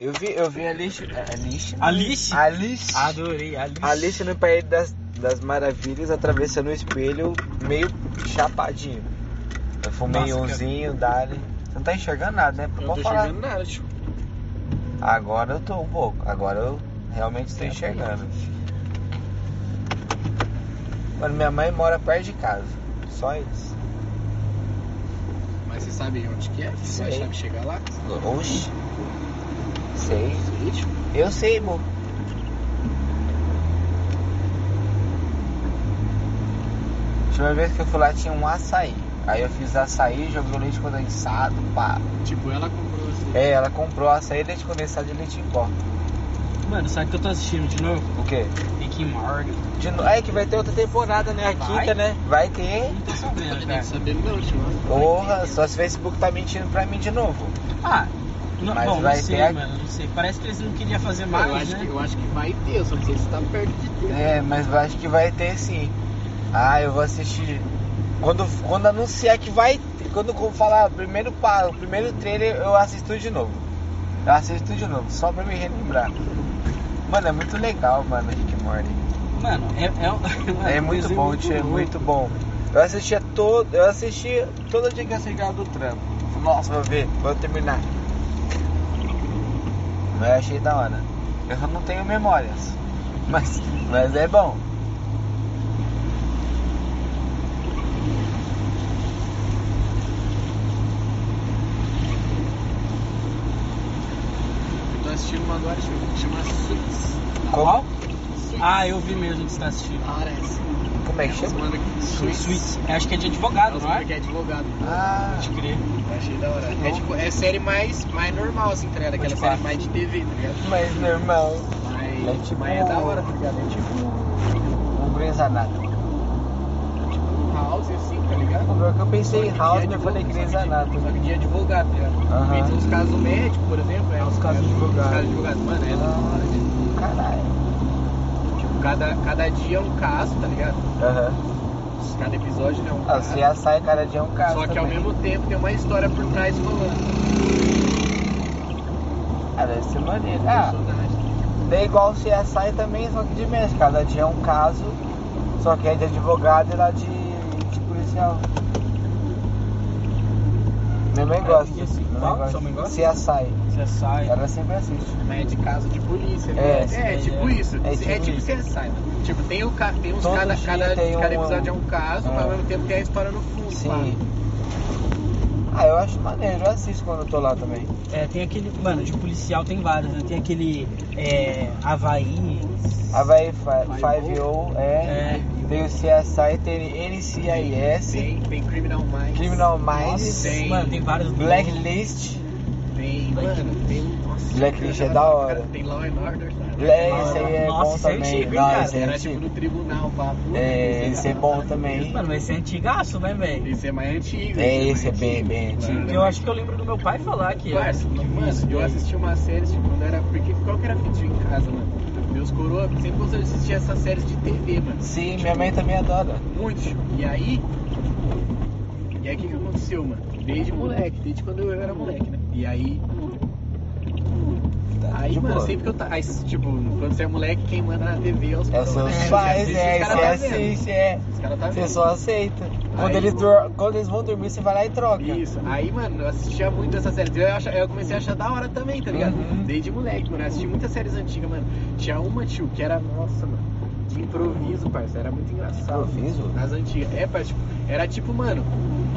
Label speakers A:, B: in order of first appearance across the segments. A: Eu vi, eu vi a Alice. A Alice?
B: Alice?
A: Alice.
B: Adorei, Alice.
A: Alice no País das, das Maravilhas atravessando o espelho meio chapadinho. Eu fumei
B: Nossa, cara.
A: umzinho, dali. Você não tá enxergando nada, né?
B: Eu não
A: Pode
B: tô
A: falar.
B: chegando nada, tipo, tio.
A: Agora eu tô um pouco. Agora eu realmente
B: tá,
A: estou enxergando. Mano, minha mãe mora perto de casa. Só isso.
B: Mas você sabe onde que é? Você
A: Sei.
B: sabe chegar lá?
A: Oxi. Sei.
B: Sei, tio.
A: Eu sei, amor. A última vez que eu fui lá tinha um açaí. Aí eu fiz açaí, joguei o leite condensado, pá.
B: Tipo, ela comprou assim.
A: É, ela comprou açaí, leite condensado e leite em pó. É.
B: Mano, sabe o que eu tô assistindo de novo?
A: O quê?
B: Rick Morgan.
A: De no... É que vai ter outra temporada, né? A
B: Vai?
A: quinta, né? Vai ter.
B: Não tô
A: cara.
B: sabendo, Não tô sabendo não, tipo, tio.
A: Porra, só se o Facebook tá mentindo pra mim de novo.
C: Ah, não,
A: Mas
C: bom,
A: vai
C: não sei,
A: ter a-
C: mano, não sei. Parece que eles não queriam fazer mais,
B: Eu acho,
C: né?
B: que, eu acho que vai ter, eu só não sei se tá perto de ter.
A: É, mas eu acho que vai ter sim. Ah, eu vou assistir. Quando, quando anunciar que vai. ter- Quando eu falar o primeiro, pa- o primeiro trailer, eu assisto de novo. Eu assisto de novo, só pra me relembrar. Mano, é muito legal, mano, Rick and Morty.
C: Mano, é, é, um-
A: É
C: um
A: muito
C: desenho
A: bom, tio, é
C: louco.
A: muito bom. Eu assistia todo. Eu assistia todo dia que eu chegava do trampo. Nossa, vou ver, vou terminar. Mas eu achei da hora. Eu não tenho memórias. Mas, mas é bom.
B: Eu tô assistindo uma agora, tio. Chama Six.
A: Como,
B: Six.
C: Ah, eu vi mesmo que você tá assistindo.
B: Parece.
A: como é que
B: Elas
A: chama?
B: mandam aqui.
C: Sweet.
B: Suíte.
C: Eu acho que é de advogado,
B: Elas
C: não
B: mandam
C: é?
B: que é advogado.
A: Ah,
C: Pode crer.
B: Eu achei da hora. É tipo, é série mais, mais normal, assim, tá ligado? Aquela
C: Pode
B: série
C: pá.
B: mais de TV, tá ligado?
A: mas meu irmão.
B: Mas,
A: É tipo-
B: mas é da hora, tá ligado? É tipo
A: O um Grey's Anatomy.
B: É House, assim, tá ligado?
A: O pior que eu pensei em House, é
B: Só que
A: mas eu falei
B: é de advogado,
A: Grey's
B: só que de-
A: Anatomy.
B: Só que de advogado, tá ligado?
A: Aham.
B: Porque tem Os casos médicos, por exemplo, é
A: os casos
B: os
A: Ah.
B: casos
A: de advogado.
B: Os casos de advogado, mano, é da hora, né?
A: Caralho.
B: Tipo, cada, cada dia é um caso, tá ligado?
A: Aham.
B: Cada episódio né, é um
A: Ah,
B: caso.
A: se a sai cada dia é um caso.
B: Só que ao
A: também.
B: mesmo tempo tem uma história por trás né? rolando.
A: Ah, deve ser maneiro. Ah,
B: personagem.
A: É igual o CSI também, só que de mês. Cada dia é um caso, só que é de advogado e lá de, de policial. Minha mãe
C: Ah,
A: gosta.
C: que assim,
A: Minha
C: qual? Sua mãe gosta?
A: CSI.
C: Você sai.
A: Ela sempre assiste.
B: Mas é de casa de polícia,
A: É,
B: né?
A: sim,
B: é,
C: é,
B: tipo
C: é.
B: isso.
A: É
B: É,
A: tipo
B: tipo
A: isso.
B: você sai. Tipo, tem, o, ca- tem uns
A: Todo
B: cada,
A: dia
B: cada,
A: tem
B: cada
A: um-
B: episódio é um caso,
A: É.
B: mas ao mesmo tempo tem a história no fundo. pá.
A: Sim. Ah, eu acho maneiro, eu assisto quando eu tô lá também.
C: É, tem aquele. Mano, de policial tem vários, né? Tem aquele. É. Havaí.
A: Havaí Five O, é.
C: É.
A: Tem o CSI, tem NCIS,
B: Tem, tem Criminal Minds.
A: Criminal
C: Nossa,
A: Minds,
B: tem.
C: Mano, tem vários.
A: Blacklist.
B: Tem, mano, tem. Nossa,
A: Blacklist é
B: cara,
A: da hora.
B: Tem Law and Order, sabe?
A: É, esse aí é
C: Nossa,
A: bom
C: esse é
A: também.
C: antigo, hein,
A: Não,
C: cara?
A: esse é
B: Era
A: antigo.
B: tipo no tribunal, pá. puta,
A: É,
B: isso
A: esse é bom também.
C: Mano, mas esse é antigaço, né, velho?
B: tá Esse é mais antigo.
A: É,
B: mais
A: esse é bem- bem
B: Mano,
A: antigo.
C: Eu acho que eu lembro do meu pai falar que. é,
B: Parça, mano, eu assisti uma série, tipo, quando era. Porque qual que era a fita em casa, mano? Meus coroa sempre gostou de assistir essas séries de TV, mano.
A: Sim, minha mãe também adora.
B: Muito. tio. E aí. E aí o que, que aconteceu, mano? Desde moleque, desde quando eu era moleque, né? E aí.
A: Tá
B: Aí,
A: de
B: mano,
A: boa.
B: sempre que eu tá. Aí, tipo, quando você é moleque, quem manda na TV é os
A: É os
B: coroa, né?
A: seus
B: Você
A: pais,
B: assiste,
A: é,
B: os
A: você
B: cara tá vendo.
A: assiste, é.
B: Os caras tá
A: Você
B: vendo.
A: só aceita. Quando
B: Aí-
A: eles, dor- quando eles vão dormir, você vai lá e troca.
B: Isso. Aí, mano, eu assistia muito essas séries. Eu, acha- eu comecei a achar da hora também, tá ligado?
A: Uhum.
B: Desde moleque, mano. Eu assisti muitas séries antigas, mano. Tinha uma, tio, que era, nossa, mano, de improviso, parça. Era muito engraçado.
A: Improviso?
B: Nas antigas. É, parça, tipo, era tipo, mano.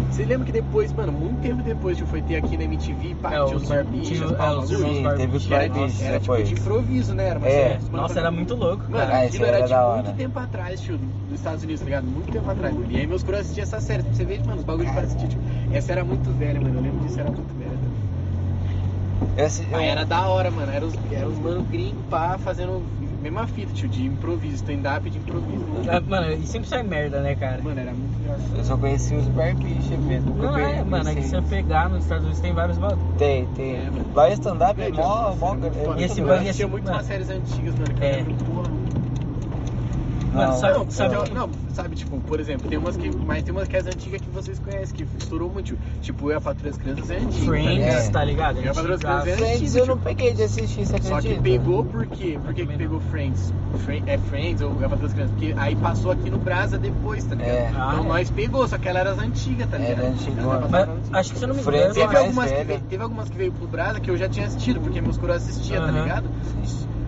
B: Você lembra que depois, mano, muito tempo depois, tio, foi ter aqui na MTV, pá,
C: É,
B: tinha
C: os-
B: os barbichos,
C: tinha-
B: pá,
C: é, os
B: os bagulho.
A: Sim,
C: Barbichos,
A: teve os
B: Que era,
A: barbichos
B: era tipo
A: depois.
B: de improviso, né? Era uma
A: É.
B: série que
C: Nossa, era muito louco,
B: Mano,
C: cara.
A: Ah, esse
B: aquilo
A: aí
B: era
A: era
B: de
A: da
B: muito
A: hora.
B: tempo atrás, tio, dos Estados Unidos, tá ligado? Muito tempo atrás. mano. E aí meus coroas assistiam essa série, pra você ver, mano, os bagulhos pra assistir, tio. Essa era muito velha, mano, eu lembro disso, era muito velha. também.
A: Eu assi- eu-
B: Aí era da hora, mano, era os, era os mano gringo, pá, fazendo mesma fita, tio, de improviso, stand-up de improviso.
C: Ah,
B: Mano,
C: Mano, e sempre sai merda, né, cara?
B: mano era muito
A: eu
B: engraçado.
A: só conheci os barbichos mesmo. nunca
C: Não é,
A: conheci-
C: mano, é que se você pegar nos Estados Unidos tem vários ba-
A: Tem, tem.
B: É, mano.
A: Lá o stand-up é
B: Velho,
A: mó.
B: nossa,
A: mó
B: era muito
A: é
B: foda.
A: muito
C: esse
B: Eu
A: grande.
C: bagulho-
B: assistia
C: esse-
B: muito
C: mano.
B: umas séries antigas, mano, que
C: É.
B: eu lembro, porra.
C: Mano,
A: Não,
C: sabe,
B: não,
C: sabe,
B: sabe, não, sabe, tipo, por exemplo, tem umas que. Mas tem umas que é as antigas que vocês conhecem, que estourou muito. Tipo, eu a Fatura das Crianças é antiga.
C: Friends,
A: É.
C: tá ligado?
B: Eu adoro
C: Antigaço.
B: fazer-
A: Friends eu
C: tipo?
A: não peguei de assistir, você
B: Só
A: acredita?
B: que pegou por quê? Por que, que pegou Friends? Fri- é Friends ou Gavata das Crianças? Porque aí passou aqui no Brasa depois, tá ligado?
A: É.
C: Ah,
B: Então
C: é.
B: nós pegou, só que ela era as antigas, tá
A: Era
B: ligado?
A: antigona.
B: Ela era
C: Mas
B: as antigas.
C: acho que se eu não me engano,
A: Friends é
C: eu
B: Teve
C: acho-
A: mais
B: algumas, que
A: velha.
B: veio, teve algumas que veio pro Brasa que eu já tinha assistido, porque meus coroas assistia, tá
C: Aham.
B: ligado?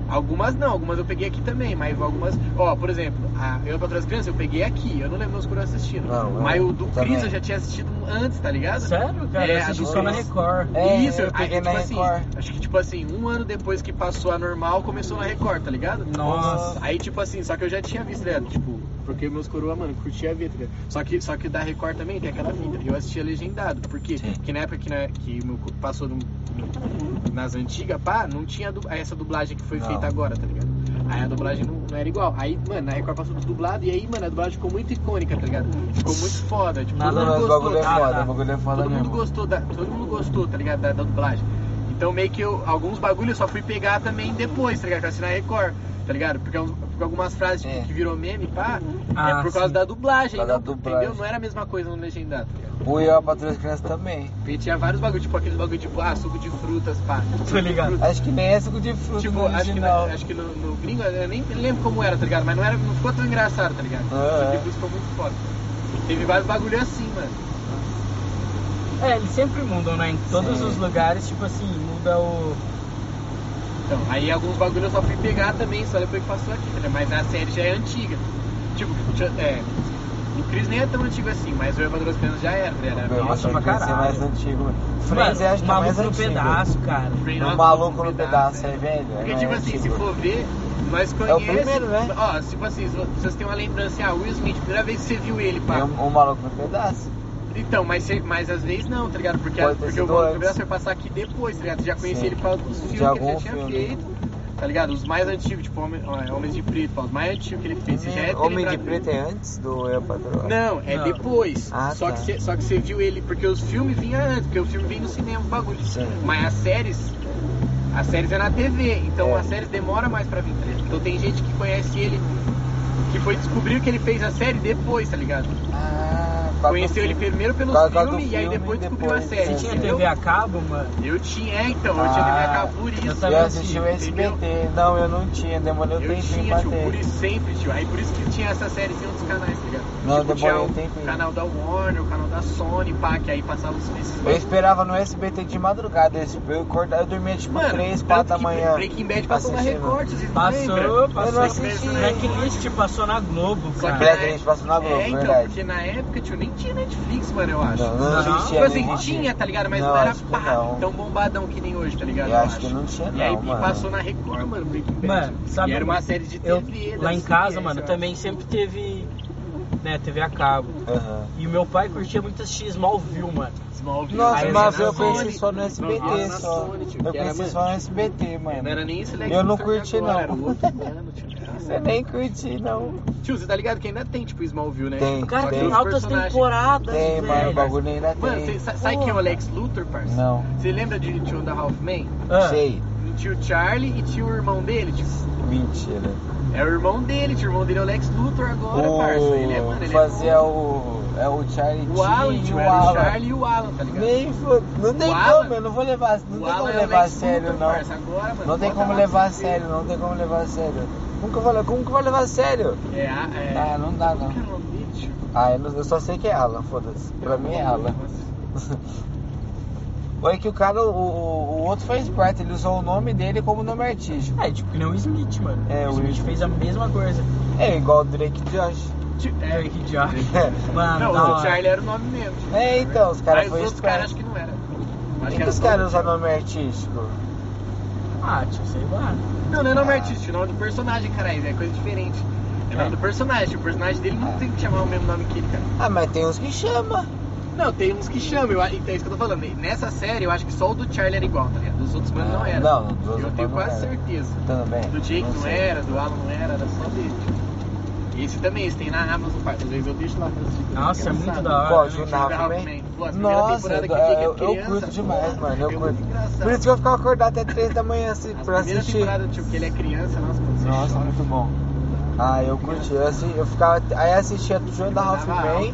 B: Algumas não, algumas eu peguei aqui também, mas algumas. Ó, por exemplo, a Eu Patrulha das Crianças eu peguei aqui, eu não lembro meus coroas assistindo.
A: Não, eu
B: mas o do
A: também.
B: Cris eu já tinha assistido antes, tá ligado?
C: Sério, cara?
B: É,
C: eu assisti
B: a do
C: só na
B: Friends.
C: Record.
A: É,
B: Isso,
A: eu
B: eu
A: peguei
B: peguei,
A: na
B: tipo assim,
A: Record.
B: acho que tipo assim, um ano depois que passou a normal, começou na Record, tá ligado?
C: Nossa.
B: Aí tipo assim, só que eu já tinha visto, né? Tipo, porque meus coroa, mano, curtia a vida, tá ligado? Só que, só que da Record também tem aquela vida. Eu assistia legendado, porque
A: Sim.
B: que na época que, na- que meu co- passou no- no- nas antigas, pá, não tinha du- essa dublagem que foi
A: Não.
B: feita agora, tá ligado? Aí a dublagem não, não era igual. Aí, mano, na Record passou tudo dublado e aí, mano, a dublagem ficou muito icônica, tá ligado? Ficou muito foda. Tipo,
C: Nada,
B: todo mundo
C: Ah,
A: Não, o
B: gostou,
A: bagulho é
B: tá?
A: foda, o bagulho é foda
B: todo mundo
A: mesmo.
B: gostou da, todo mundo gostou, tá ligado? Da, da dublagem. Então meio que eu, alguns bagulhos eu só fui pegar também depois, tá ligado? Que eu assinei a Record, tá ligado? Porque, uns- porque algumas frases tipo,
A: É. Uhum.
B: que virou meme, pá,
C: Ah,
B: é por causa
C: sim.
B: da dublagem,
A: Por causa
B: não-
A: da dublagem.
B: entendeu? Não era a mesma coisa no legendado. tá ligado?
A: O Eu, a Patrulha das Crianças também.
B: Porque tinha vários bagulhos, tipo aqueles bagulho tipo, ah, suco de frutas, pá.
C: Tô ligado.
A: Acho que nem é suco de fruta
B: Tipo,
A: no
B: acho que,
A: original.
B: na- acho que no, no gringo, eu nem lembro como era, tá ligado? Mas não, era, não ficou tão engraçado, tá ligado?
A: Ah,
B: Só que
A: é.
B: Depois ficou muito foda. Teve vários bagulhos assim, mano.
C: É, eles sempre mudam, né? Em todos
A: Sim.
C: os lugares, tipo assim, muda o.
B: Então, aí alguns bagulhos eu só fui pegar também, só depois que passou aqui, tá ligado? Mas a série já é antiga. Tipo, tinha- é. O Cris nem é tão antigo assim, mas o Evandro das Crianças já era, tá ligado? Era
A: Eu
C: Nossa,
A: achei
C: pra
A: que ia ser
C: caralho.
A: mais antigo. Friends eu
C: Mano,
A: acho
C: o
A: que é
C: maluco
A: mais
C: no
A: antigo.
C: pedaço, cara.
B: bem-
A: O um maluco no pedaço, é velho.
B: Porque,
A: é
B: tipo assim, se
A: antigo.
B: for ver, nós
A: É o
B: conhecemos.
A: primeiro, né?
B: Ó, tipo assim, se vo- vocês têm uma lembrança, ah, Will Smith, primeira vez que você viu ele, pá.
A: É um, um maluco no pedaço.
B: Então, mas, você- mas às vezes não, tá ligado? Porque,
A: Pode ter
B: porque
A: sido
B: o Maluco no
A: antes.
B: Pedaço vai passar aqui depois, tá ligado? Você já conhecia
A: Sim.
B: ele pra alguns
A: De
B: filmes que ele
A: algum
B: já tinha
A: filme.
B: feito. Tá ligado? Os mais antigos, tipo Homem, ó, Homens de Preto, pá, os mais antigos que ele fez. Você já é
A: Homem de
B: lembrado dele.
A: Preto é antes do Eu, a Patrulha.
B: Não, é
C: Não.
B: depois.
A: Ah,
B: só,
A: tá.
B: que você, só que você viu ele, porque os filmes vinham antes, porque o filme vinha no cinema, o bagulho.
A: Sim.
B: Mas as séries, as séries é na TV, então
A: É.
B: as séries demora mais pra vir. Então tem gente que conhece ele, que foi descobrir que ele fez a série depois, tá ligado?
A: Ah, por causa
B: Conheceu
A: do
B: ele
A: filme.
B: primeiro pelos
A: Por causa do
B: filmes e aí
A: filme,
B: depois descobriu
A: depois-
B: a
A: É,
B: série.
C: Você tinha
B: entendeu?
C: TV a cabo, mano?
B: Eu tinha, é, então, eu tinha TV a
A: Ah,
B: cabo por
C: eu
B: isso.
C: também
A: Eu assisti o
B: entendeu?
A: SBT. Não, eu não tinha, demorou
B: Eu
A: tempo
B: tinha,
A: pra
B: tio, por
A: ter.
B: isso sempre, tio. Aí por isso que tinha essa série em outros canais, tá ligado?
A: Não,
B: tipo,
A: demorou
B: tinha
A: um tempinho.
B: o canal da Warner, o canal da Sony, pá, que aí passava os esses
A: Eu esperava no SBT de madrugada. Eu, eu, acordava- eu dormia tipo
B: Mano,
A: 3,
B: tanto
A: 4 da
B: que
A: manhã. Tá
B: Breaking Bad passou na
A: assistindo.
B: Record, vocês não
C: Passou,
B: lembram?
A: Eu não
C: passou.
A: assisti.
C: Blacklist passou na Globo,
B: Só que
C: cara.
B: na
A: Blacklist
B: época-
A: passou na Globo,
B: É, então,
A: verdade.
B: porque na época, tio, nem tinha Netflix, mano, eu acho.
A: Não, não,
C: Não,
A: não
B: Tipo
A: tinha.
B: assim,
A: não
B: tinha, tá ligado? Mas
A: não,
B: não, era
A: acho que
B: pá,
A: não.
B: tão bombadão que nem hoje, tá ligado?
A: Eu acho que não tinha,
B: E aí
A: não, mano.
B: passou na Record, mano, Breaking Bad.
C: Mano, sabe
B: e era
C: uma-
B: uma série de né?
C: Eu,
B: TV.
C: lá em
B: da
C: casa,
B: CBS,
C: mano,
B: Assim é, eu
C: também
B: acho.
C: sempre teve né, TV a cabo.
A: Aham.
C: E o meu pai curtia muito assistir Smallville, mano.
B: Smallville.
A: Nossa,
C: Aí assim,
A: mas
C: na
A: eu
C: Sony.
A: conheci só no
B: Smallville
A: SBT,
B: na
A: só.
B: Sony, tio,
A: Eu
B: que era,
A: conheci
B: mano,
A: só no SBT, mano.
B: Não era nem esse
A: Eu não
B: Lexington
A: curti,
B: agora,
A: não.
B: era o outro, mano, tio. Nossa,
A: Eu nem curti, não.
B: Tio, você tá ligado que ainda tem, tipo, Smallville, né?
A: Tem,
C: Cara,
A: tem.
C: tem altas
B: Personagem.
C: temporadas,
A: Tem,
C: velho.
A: mano, o bagulho ainda
B: Mano, cê,
A: tem.
B: sa- sabe quem é o Lex Luthor, parça?
A: Não.
B: Você lembra de Tio da Halfman?
C: Ah,
A: Sei.
B: Tio Charlie e tio irmão dele, tipo, tio.
A: Mentira.
B: É o irmão dele, tio. O irmão dele é o Lex Luthor agora, parça. Ele é, mano,
A: O...
B: ele
A: Fazia
B: é...
A: o... É o Charlie
B: O Alan,
A: Sheen e
B: tio.
A: o
B: Era o
A: Alan.
B: Charlie e o Alan, tá ligado?
A: Nem fo- Não tem
B: O Alan-
A: como, eu não vou levar... Não
B: o
A: tem como
B: Alan é o
A: levar a
B: Lex
A: sério,
B: Luthor,
A: não.
B: parça, agora, mano,
A: Não tem
B: bota um
A: como
B: lá
A: levar a
B: pra você ver.
A: sério, não tem como levar a sério. Nunca vou levar, como que vai levar a sério?
B: É, a- é...
A: Ah, não dá não.
B: Como que é o nome dele, tio?
A: Ah, eu, não- eu só sei que é Alan, foda-se. Pra mim é Alan. Olha que o cara, o, o, o outro foi esperto, ele usou o nome dele como nome artístico.
C: É, tipo, que nem o Smith, mano.
A: É,
C: o
A: o
C: Smith
A: Smith.
C: fez a mesma coisa.
A: É igual o Drake Josh.
B: Tio-
C: É,
B: É,
C: que diabo.
A: É.
C: Mano,
B: não,
C: da
B: o
C: hora.
B: Charlie era o nome mesmo. tio.
A: É, então, os caras
B: Mas os
A: foi
B: outros caras
A: esperto.
B: acho que não era.
A: Por
B: Acho
A: que
B: era
A: os
B: só
A: caras
B: o-
A: usam nome artístico?
C: Ah, tio, sei lá.
B: Não, não é nome
A: Ah.
B: artístico, é nome do personagem, caralho, é coisa diferente. É nome do personagem, o personagem dele não
A: Ah.
B: tem que chamar o mesmo nome que ele, cara.
A: Ah, mas tem uns que chama.
B: Não, tem uns que chamam, eu, a- então é isso que eu tô falando. Nessa série, eu acho que só o do Charlie era igual, tá ligado? Dos outros mano não
A: Ah,
B: era.
A: não, dos outros
B: Eu tenho
A: não
B: quase
A: era.
B: certeza.
A: Tudo bem.
B: Do Jake não, é?
A: sei.
B: era, do Alan não era, era só dele. tio. Esse também, esse tem na Amazon, pai. Às vezes eu deixo lá pra assistir.
C: Nossa, é muito da hora.
A: Qual,
C: né?
A: Ju-
B: Tipo,
A: Nave,
B: Halfman.
A: né?
B: Pô, a primeira
A: Nossa,
B: temporada
A: eu,
B: que eu vi que é
A: eu, eu
B: criança,
A: curto demais,
B: pô,
A: mano.
B: é
A: Eu
B: muito
A: curto.
B: engraçado.
A: Por isso que eu ficava acordado até 3 da manhã assim,
B: A
A: pra
B: primeira
A: assistir.
B: temporada, tipo, que ele é criança, nossa, quando você
A: Nossa,
B: chora.
A: muito bom. Ah, eu curti. Eu, assi- eu ficava. Aí assistia do João da Hoffman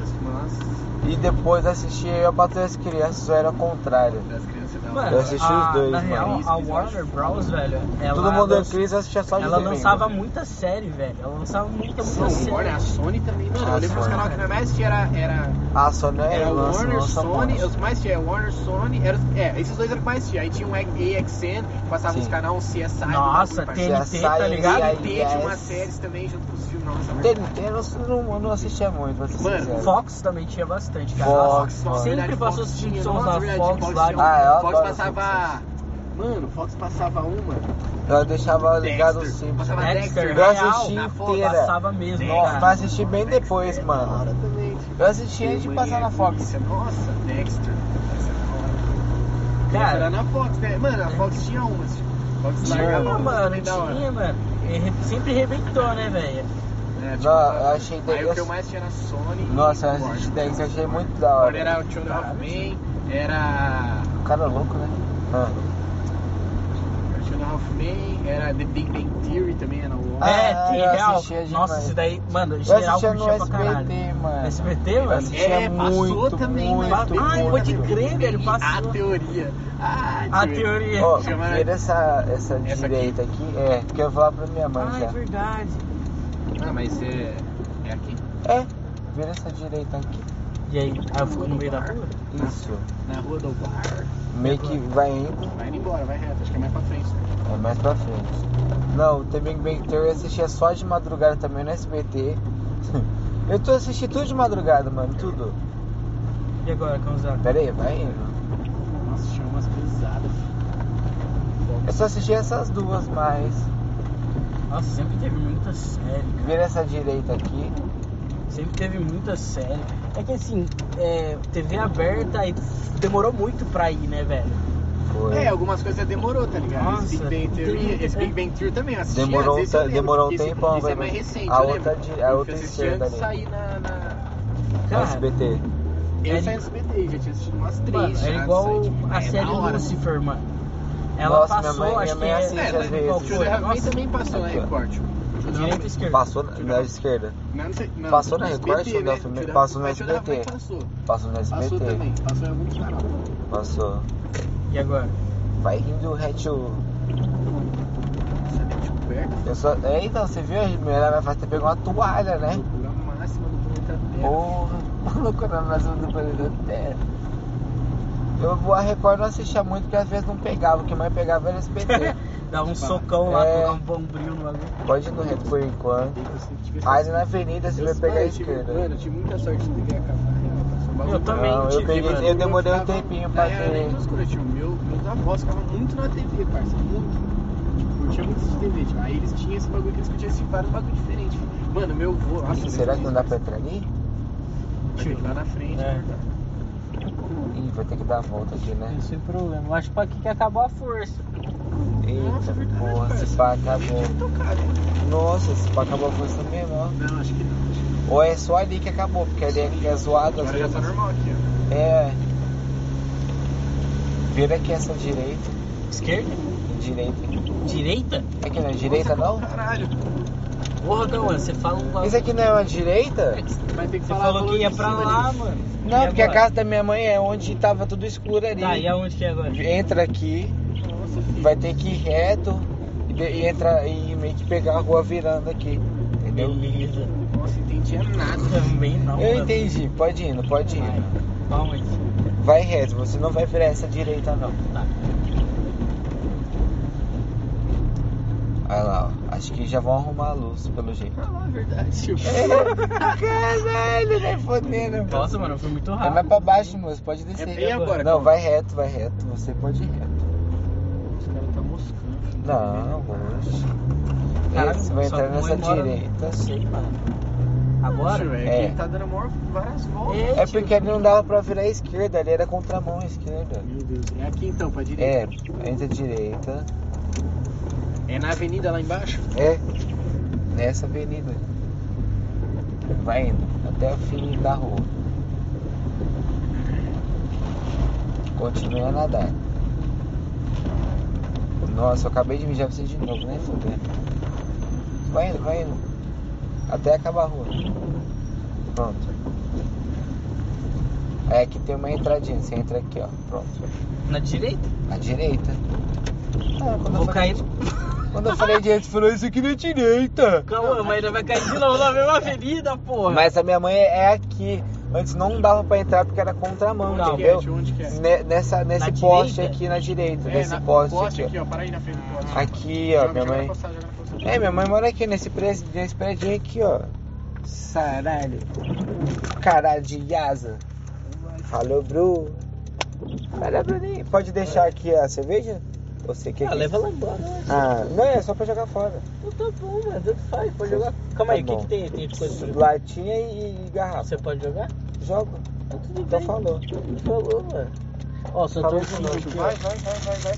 A: e depois assistia a Batalha das Crianças, eu era o contrário.
B: das crianças da
A: Eu assisti os
C: a-
A: dois,
C: Na
A: mano.
C: real,
B: Isso,
C: a
B: isso,
C: Warner
B: isso.
C: Bros, velho, ela,
A: Todo mundo
C: lanç-
A: é Cris assistia só de
C: ela
A: domingo.
C: lançava muita série, velho. Ela lançava muita, muita
B: Não,
A: é
C: série.
B: Warner, a Sony também,
A: Ah,
B: mano. eu lembro que os
A: Sony.
B: canais que nós mais assistia era, era,
A: Ah, só não é
B: era
A: lança,
B: Warner,
A: lança
B: Sony, é,
A: bônus.
B: os mais tinha Warner, Sony, era, os- é, esses dois eram que mais assistia. Aí tinha um AXN, passava
A: Sim.
B: os canal um CSI.
C: Nossa,
B: um bagulho,
A: tem-
B: parceiro.
C: TNT,
A: CSI,
C: tá ligado?
A: aí.
B: TNT tinha umas
A: yes.
B: séries também junto com os filmes. Nossa,
A: TNT eu não, eu não assistia muito, pra ser
B: Mano,
A: sincero.
C: Fox também tinha bastante, cara.
A: Fox,
C: Nossa,
A: mano.
C: sempre
B: Verdade,
C: passou
B: Fox
C: os
B: tinha,
C: Simpsons
B: nossa,
C: na
B: verdade,
C: Fox
B: Fox
C: lá.
B: tinha um-
A: Ah, eu
B: Fox
A: adoro
B: passava. Mano, Fox passava uma.
A: Eu deixava ligado o
B: Dexter.
A: Simpsons.
B: Passava
C: Dexter,
B: Dexter.
A: Eu
C: real,
A: assisti
B: na Fox,
A: inteira.
C: Passava mesmo,
A: Nossa,
C: cara.
A: mas assisti bem depois,
B: Dexter, da
A: mano.
B: hora também, tipo,
A: Eu assisti antes de passar na Fox.
B: polícia, Nossa, Dexter. Essa é da hora.
C: Cara.
B: era na Fox, né? Mano, a Fox tinha umas. tipo, Fox
A: Tinha,
C: Tinha,
B: largava umas
C: mano,
B: também da hora.
C: tinha, mano. E re- Sempre rebentou, né, velho?
B: É,
A: Não, eu achei
B: Aí o que eu
A: Dexter-
B: mais tinha era Sony. e
A: Nossa, eu
B: Warner.
A: assisti Dexter, eu achei muito da
B: Warner
A: hora.
B: Era o Children of Man, era.
A: O cara é louco, né? Ah.
B: era Children of Man, era The Big Bang Theory também, era o.
A: Ah,
C: é,
A: eu
C: trivial.
A: assistia demais.
C: Nossa, esse daí, mano,
A: Eu
C: geral
A: assistia no
C: curtia pra caralho.
A: SBT, mano.
C: SBT,
A: Eu
C: mano?
A: assistia
B: É, passou
A: muito,
B: também, né?
A: muito,
B: mano.
A: muito.
C: Ai, pode crer, velho,
B: E
C: passou.
B: A teoria. Ah,
C: A teoria.
A: Ó,
B: Chama- né?
A: vira essa, essa,
B: Essa aqui.
A: direita aqui. é, que eu vou falar pra minha mãe
C: Ah, é
A: já.
C: verdade.
B: Ah, mas é. É aqui.
A: É, vira essa direita aqui.
C: E aí, aí eu fico no meio da rua?
A: Isso.
B: Na rua do bar.
A: Meio que vai indo,
B: Vai indo embora, vai reto. Acho que é mais pra frente.
A: é mais pra frente. Não, o The Big Bang Theory eu assistia só de madrugada também no SBT. Eu tô assistindo tudo de madrugada, mano, tudo.
C: E agora, Canzão?
A: Pera aí, vai indo.
B: Nossa, tinha umas pesadas.
A: Eu só assisti essas duas, mas
C: Nossa, sempre teve muita série, cara.
A: vira essa direita aqui.
C: Sempre teve muita série. É que assim, é, TV aberta e demorou muito pra ir, né, velho?
A: Foi.
B: É, algumas coisas demorou, tá ligado? esse
C: Nossa,
B: Big Bang Theory,
C: tem- né?
B: esse Big Bang Theory também eu assisti.
A: Demorou
B: às
A: um
B: vezes eu
A: te-
B: lembro,
A: demorou um
B: porque esse-
A: tempão,
B: Esse é
A: velho.
B: mais recente,
A: A
B: eu
A: outra
B: lembro.
A: di- a
B: Eu
A: outra
B: assisti
A: esquerda
B: antes de
A: ali.
B: sair na... na... é
C: Cara,
A: SBT.
B: Eu
C: Era
B: saí
C: i-
B: no SBT, já tinha assistido umas três.
C: É mano,
B: já,
C: era igual
B: saí, tipo,
C: a
B: é
C: série
B: da hora.
C: Lucifer, né? mano. Ela
A: né? Nossa, minha
C: passou,
A: mãe-
C: acho
A: minha mãe
C: que
A: assiste
B: É,
A: às
B: mas
A: vezes.
B: o
C: qual
A: Tio
B: Children
C: foi?
A: da
B: of Man
C: Nossa,
B: também passou na
A: Aqui, ó.
B: Record. tipo,
C: direita e esquerda.
A: Passou na, na esquerda.
B: Não, não sei, não,
A: Passou na
B: no
A: Record,
B: SBT,
A: Children
B: né?
A: of Man?
B: Children
A: Passou no
B: mas Children of Man
A: SBT.
B: Passou.
A: Passou na SBT.
B: Passou também, passou em alguns canais.
A: Passou.
C: E agora?
A: Vai indo reto.
B: Sabia de coberta,
A: Eu só. É, então, você viu? Ela vai fazer pegou uma toalha, né?
B: loucura máxima do planeta Terra.
A: Porra, maluco na nação do planeta Terra. Eu vou a Record não assistia muito porque às vezes não pegava, o que mais pegava era SBT.
C: Dava um socão lá,
A: É.
C: colocar um bombril no bagulho.
A: Pode ir no reto por enquanto.
B: Eu sempre tive essa-
A: Mas né, na avenida você
B: Eu-
A: vai pegar
B: mano,
A: a
B: eu tive-
A: esquerda.
B: Mano, eu tive muita sorte de pegar a capa na real, cara. São bagulho-
C: Eu também
A: Não, eu
C: tive,
A: peguei-
C: mano.
A: eu demorei um
B: ficava-
A: tempinho
B: na né,
A: pra
B: real, era
A: ter.
B: nem dos coletivos. Meu, meus avós ficavam muito na TV, parça. Muito. Tipo, eu tinha muito de TV. Tipo, aí eles tinham esse bagulho que eles podiam assistir vários bagulho diferente. Mano, meu avô. Nossa,
A: Será que não dá pra
B: pra.
A: entrar ali?
B: Lá na frente.
C: É.
B: né?
A: Ih, vai ter que dar a volta aqui, né?
C: Sem problema. Eu acho que aqui que acabou a força.
B: Nossa,
A: Eita,
B: é verdade,
A: porra, esse
B: parça.
A: pá
B: Aí tinha que
A: acabou.
B: tocar, né?
A: Nossa, esse pá acabou a força mesmo, ó.
B: Não, acho que não. acho que não.
A: Ou é só ali que acabou, porque ali é- é zoado. às
B: Agora já tá
A: vezes.
B: normal aqui, ó.
A: É. Vira aqui essa direita.
C: Esquerda?
A: Direita.
C: Direita?
A: Aqui não é direita, não?
B: Caralho.
C: Porra, Cauã, você fala um bagulho.
A: Isso aqui não é uma direita?
B: Vai ter que
C: Você
B: falar.
C: falou que ia pra
B: valor de
C: lá,
B: cima.
C: mano.
A: Não,
C: E
A: porque a
C: agora?
A: casa da minha mãe é onde tava tudo escuro ali.
C: Tá, e aonde que é agora?
A: Entra aqui,
B: Nossa, filho.
A: vai ter que ir reto e, de- e entrar e meio que pegar a rua virando aqui. Entendeu?
C: Beleza.
B: Nossa, entendia nada.
C: Também não.
A: Eu
C: mano.
A: entendi, pode ir, não pode
C: Vai.
A: ir.
C: Calma aí.
A: Vai reto, você não vai virar essa direita não.
C: Tá.
A: Olha lá, ó. acho que já vão arrumar a luz, pelo jeito.
B: Ah, lá, verdade, tio.
A: É. Caralho, vai fodendo. mano.
C: Nossa, mano, foi muito
A: É
C: rápido.
A: mais pra baixo, moço, pode descer.
B: É bem agora,
A: Não,
B: calma.
A: vai reto, vai reto, você pode ir reto.
B: Os caras tá moscando. filho.
A: Não, moço.
C: Caralho,
A: Esse vai
C: só
A: entrar
C: que
A: nessa
C: mãe mora-
A: direita.
C: Eu sei, mano.
B: Agora?
C: Agora?
B: velho,
A: É.
B: ele tá dando maior várias voltas.
C: É.
A: É porque ali não dava pra virar à esquerda, ali era contramão à esquerda.
B: Meu Deus. É aqui então, pra
A: É,
B: direita.
A: entra à direita.
B: É. na avenida lá embaixo?
A: É, nessa avenida. Vai indo até o fim da rua. Continua a nadar. Nossa, eu acabei de mijar pra você de novo, né? Fudendo. Vai indo, vai indo. Até acabar a rua. Pronto. Aí aqui tem uma entradinha, você entra aqui, ó. Pronto.
C: Na direita?
A: À direita. Ah, quando, eu
C: Vou
A: falei,
C: cair.
A: quando eu falei direito, você falou isso aqui na direita.
C: Calma, mas ainda vai cair de novo na mesma avenida, porra.
A: Mas a minha mãe é aqui. Antes não dava pra entrar porque era contramão,
B: Onde que é,
A: entendeu?
B: tio? Onde que é?
A: Ne- Nessa, nesse
C: Na
A: poste
C: direita?
A: aqui na direita,
B: É,
A: nesse
B: na-
A: poste,
B: poste
A: aqui.
B: aqui, ó. Para aí na frente do poste.
A: ó. Aqui, ó,
B: Joga-
A: minha
B: joga na
A: mãe.
B: passagem, joga na passagem.
A: É, minha mãe mora aqui nesse, pres... nesse prédio aqui, ó. Saralho. Caralho de asa. Falou, Bru. Falou, Bruninho. Pode deixar aqui a cerveja? Você quer
C: Ah,
A: que- é
C: leva lá embora.
A: Ah, não, é só pra jogar fora.
C: Não tá bom, mano. Tanto faz, pode jogar. Calma aí, o
A: Tá
C: que,
A: bom.
C: que tem? Tem de coisa pra jogar?
A: Latinha e, e garrafa.
C: é. Você pode jogar?
A: Joga.
C: Então tudo
A: Então
C: bem.
A: falou.
C: Falou, mano. Ó, só tô assim, tipo,
A: Falou
C: aqui,
A: de novo.
C: aqui, ó.
A: Vai, vai, vai, vai, vai.